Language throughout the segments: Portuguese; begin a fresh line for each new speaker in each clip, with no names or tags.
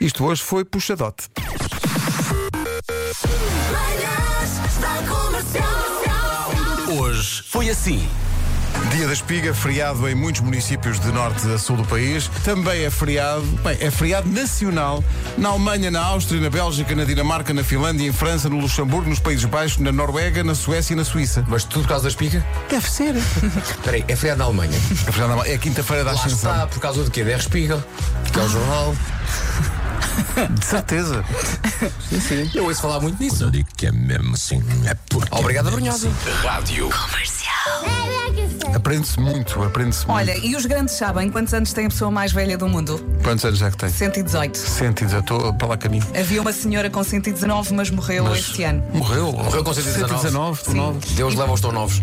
Isto hoje foi puxadote.
Manhãs da Comercial.
Hoje foi assim.
Dia da Espiga, feriado em muitos municípios de norte a sul do país. Também é feriado, bem, é feriado nacional na Alemanha, na Áustria, na Bélgica, na Dinamarca, na Finlândia, em França, no Luxemburgo, nos Países Baixos, na Noruega, na Suécia e na Suíça.
Mas tudo por causa da espiga?
Deve ser.
Peraí, é feriado na Alemanha.
É, feriado na- é a quinta-feira da
Lá
Ascensão.
está, por causa do quê? Da espiga? Que é o jornal.
De certeza.
Eu ouço falar muito nisso. Eu digo que é mesmo assim. É porque Obrigado, Brunhosa. Rádio.
Aprende-se muito, aprende-se muito.
Olha, e os grandes sabem quantos anos tem a pessoa mais velha do mundo?
Quantos anos já que tens?
118.
Sentidos, eu estou para lá caminho.
Havia uma senhora com 119, mas morreu este ano.
Morreu?
Morreu com 119.
119, 19.
Deus leva os tão novos.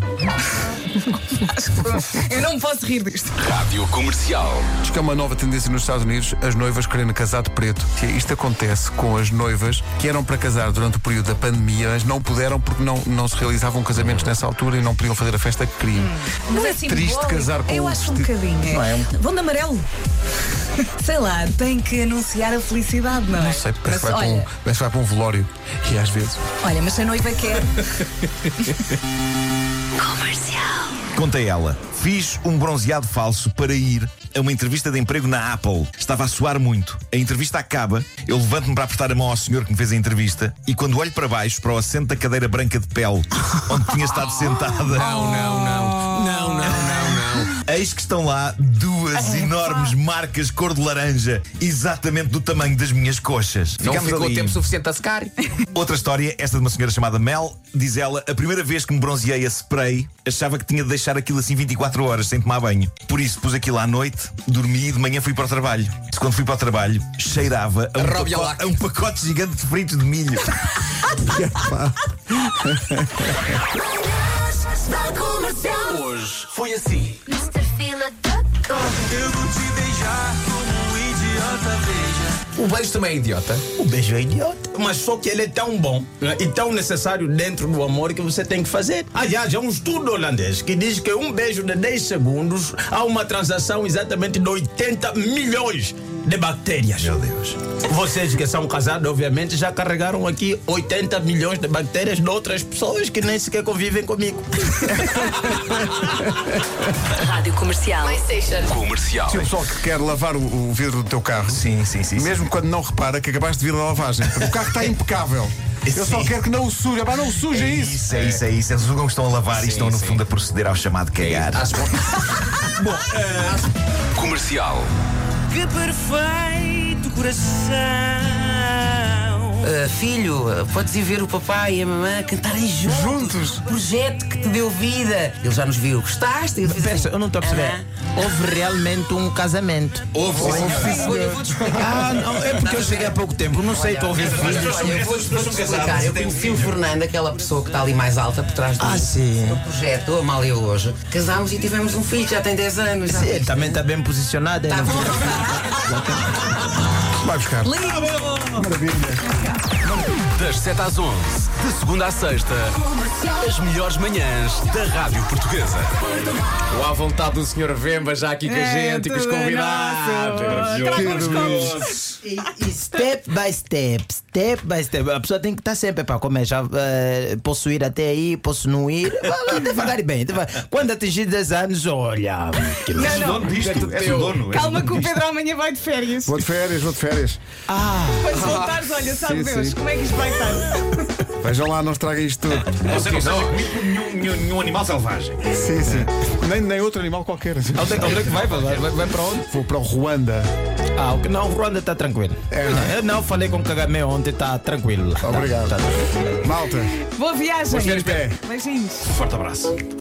Eu não me posso rir disto.
Rádio Comercial.
Diz que é uma nova tendência nos Estados Unidos, as noivas querendo casar de preto. Que é, Isto acontece com as noivas que eram para casar durante o período da pandemia, mas não puderam porque não, não se realizavam casamentos nessa altura e não podiam fazer a festa que queriam.
Não é
triste
simbólico?
casar com
Eu
um
acho um
vestido-
bocadinho. é.
Não é um-
Vão de amarelo. Sei lá, tem que anunciar a felicidade, não é?
Não sei, parece que vai, para um,
olha,
parece que vai para um velório. E às vezes.
olha, mas se a noiva é quer.
Conta ela. Fiz um bronzeado falso para ir a uma entrevista de emprego na Apple. Estava a suar muito. A entrevista acaba, eu levanto-me para apertar a mão ao senhor que me fez a entrevista e quando olho para baixo, para o assento da cadeira branca de pele, onde tinha estado sentada.
Não, não, não. Não, não, não, não.
Eis que estão lá duas enormes marcas cor de laranja, exatamente do tamanho das minhas coxas.
Não
Ficámos
ficou
ali.
tempo suficiente a secar.
Outra história, esta de uma senhora chamada Mel, diz ela: a primeira vez que me bronzeei a spray, achava que tinha de deixar aquilo assim 24 horas sem tomar banho. Por isso pus aquilo à noite, dormi e de manhã fui para o trabalho. Quando fui para o trabalho, cheirava a um,
Rob
pacote,
Yalac.
a um pacote gigante de fritos de milho.
Manhãs da Comercial.
Hoje foi assim.
Mr. Fila da Cor.
Eu vou te beijar como um idiota, veja.
O beijo também é idiota.
O beijo é idiota. Mas só que ele é tão bom né, e tão necessário dentro do amor que você tem que fazer. Aliás, há um estudo holandês que diz que um beijo de 10 segundos há uma transação exatamente de 80 milhões de bactérias. Meu Deus. Vocês que são casados, obviamente, já carregaram aqui 80 milhões de bactérias de outras pessoas que nem sequer convivem comigo.
Rádio Comercial.
Comercial.
Se o pessoal que quer lavar o, o vidro do teu carro,
Sim, sim, sim. sim.
mesmo quando não repara que acabaste de vir da lavagem, o carro está impecável. Eu só
Sim.
quero que não o suja, mas não o suja
É
isso.
isso, é isso, é isso. Eles julgam que estão a lavar
Sim,
e estão, no
sim.
fundo, a proceder ao chamado cagar.
Acho bom.
Comercial.
Que perfeito coração. filho, ah, podes ir ver o papai e a mamãe cantarem juntos.
Juntos?
O projeto que te deu vida. Ele já nos viu. Gostaste? Ele fez assim. ah.
eu não estou a perceber. Houve realmente um casamento.
Ouve,
Olha, eu vou-te explicar.
Ah, não, é porque eu cheguei há pouco tempo, não sei, estou a ouvir vídeos.
Olha, eu vou-te explicar. Eu conheci o Fernando, aquela pessoa que está ali mais alta por trás do
um Ah, sim.
do projeto, a Amália hoje. Casámos e tivemos um filho, já tem 10 anos. já-
Sim, ele tá- também está bem posicionado. Tá
Vai buscar.
Das 7 às 11, de segunda à sexta, as melhores manhãs da Rádio Portuguesa.
O à vontade do senhor Vemba já aqui com
é
a gente e com os convidados.
E, e step by step, step by step. A pessoa tem que estar sempre para comer. Já, eh, posso ir até aí, posso não ir. Vai lá, Devagar e bem. devagar. Quando atingir 10 anos, olha.
Não, não.
dono disto, és o dono. és o
Calma
dono
que o
disto.
Pedro amanhã vai de férias. Ah.
Vou de férias, vou de férias.
Quando voltares, olha,
sim,
sabe Deus,
sim.
como é que isto vai estar?
Vejam lá, não estraguem isto tudo.
Você não seja comigo como nenhum, nenhum, nenhum animal selvagem.
Sim, sim. Nem, nem outro animal qualquer.
Onde é que vai? Vai, para onde?
Vou para o Ruanda.
Ah, o que não, o Ruanda está tranquilo. Eu não falei com o Kagame ontem, está tranquilo. lá. Tá-
Obrigado.
tá-
Malta.
Boa viagem.
Em pé.
Beijinhos.
Forte abraço.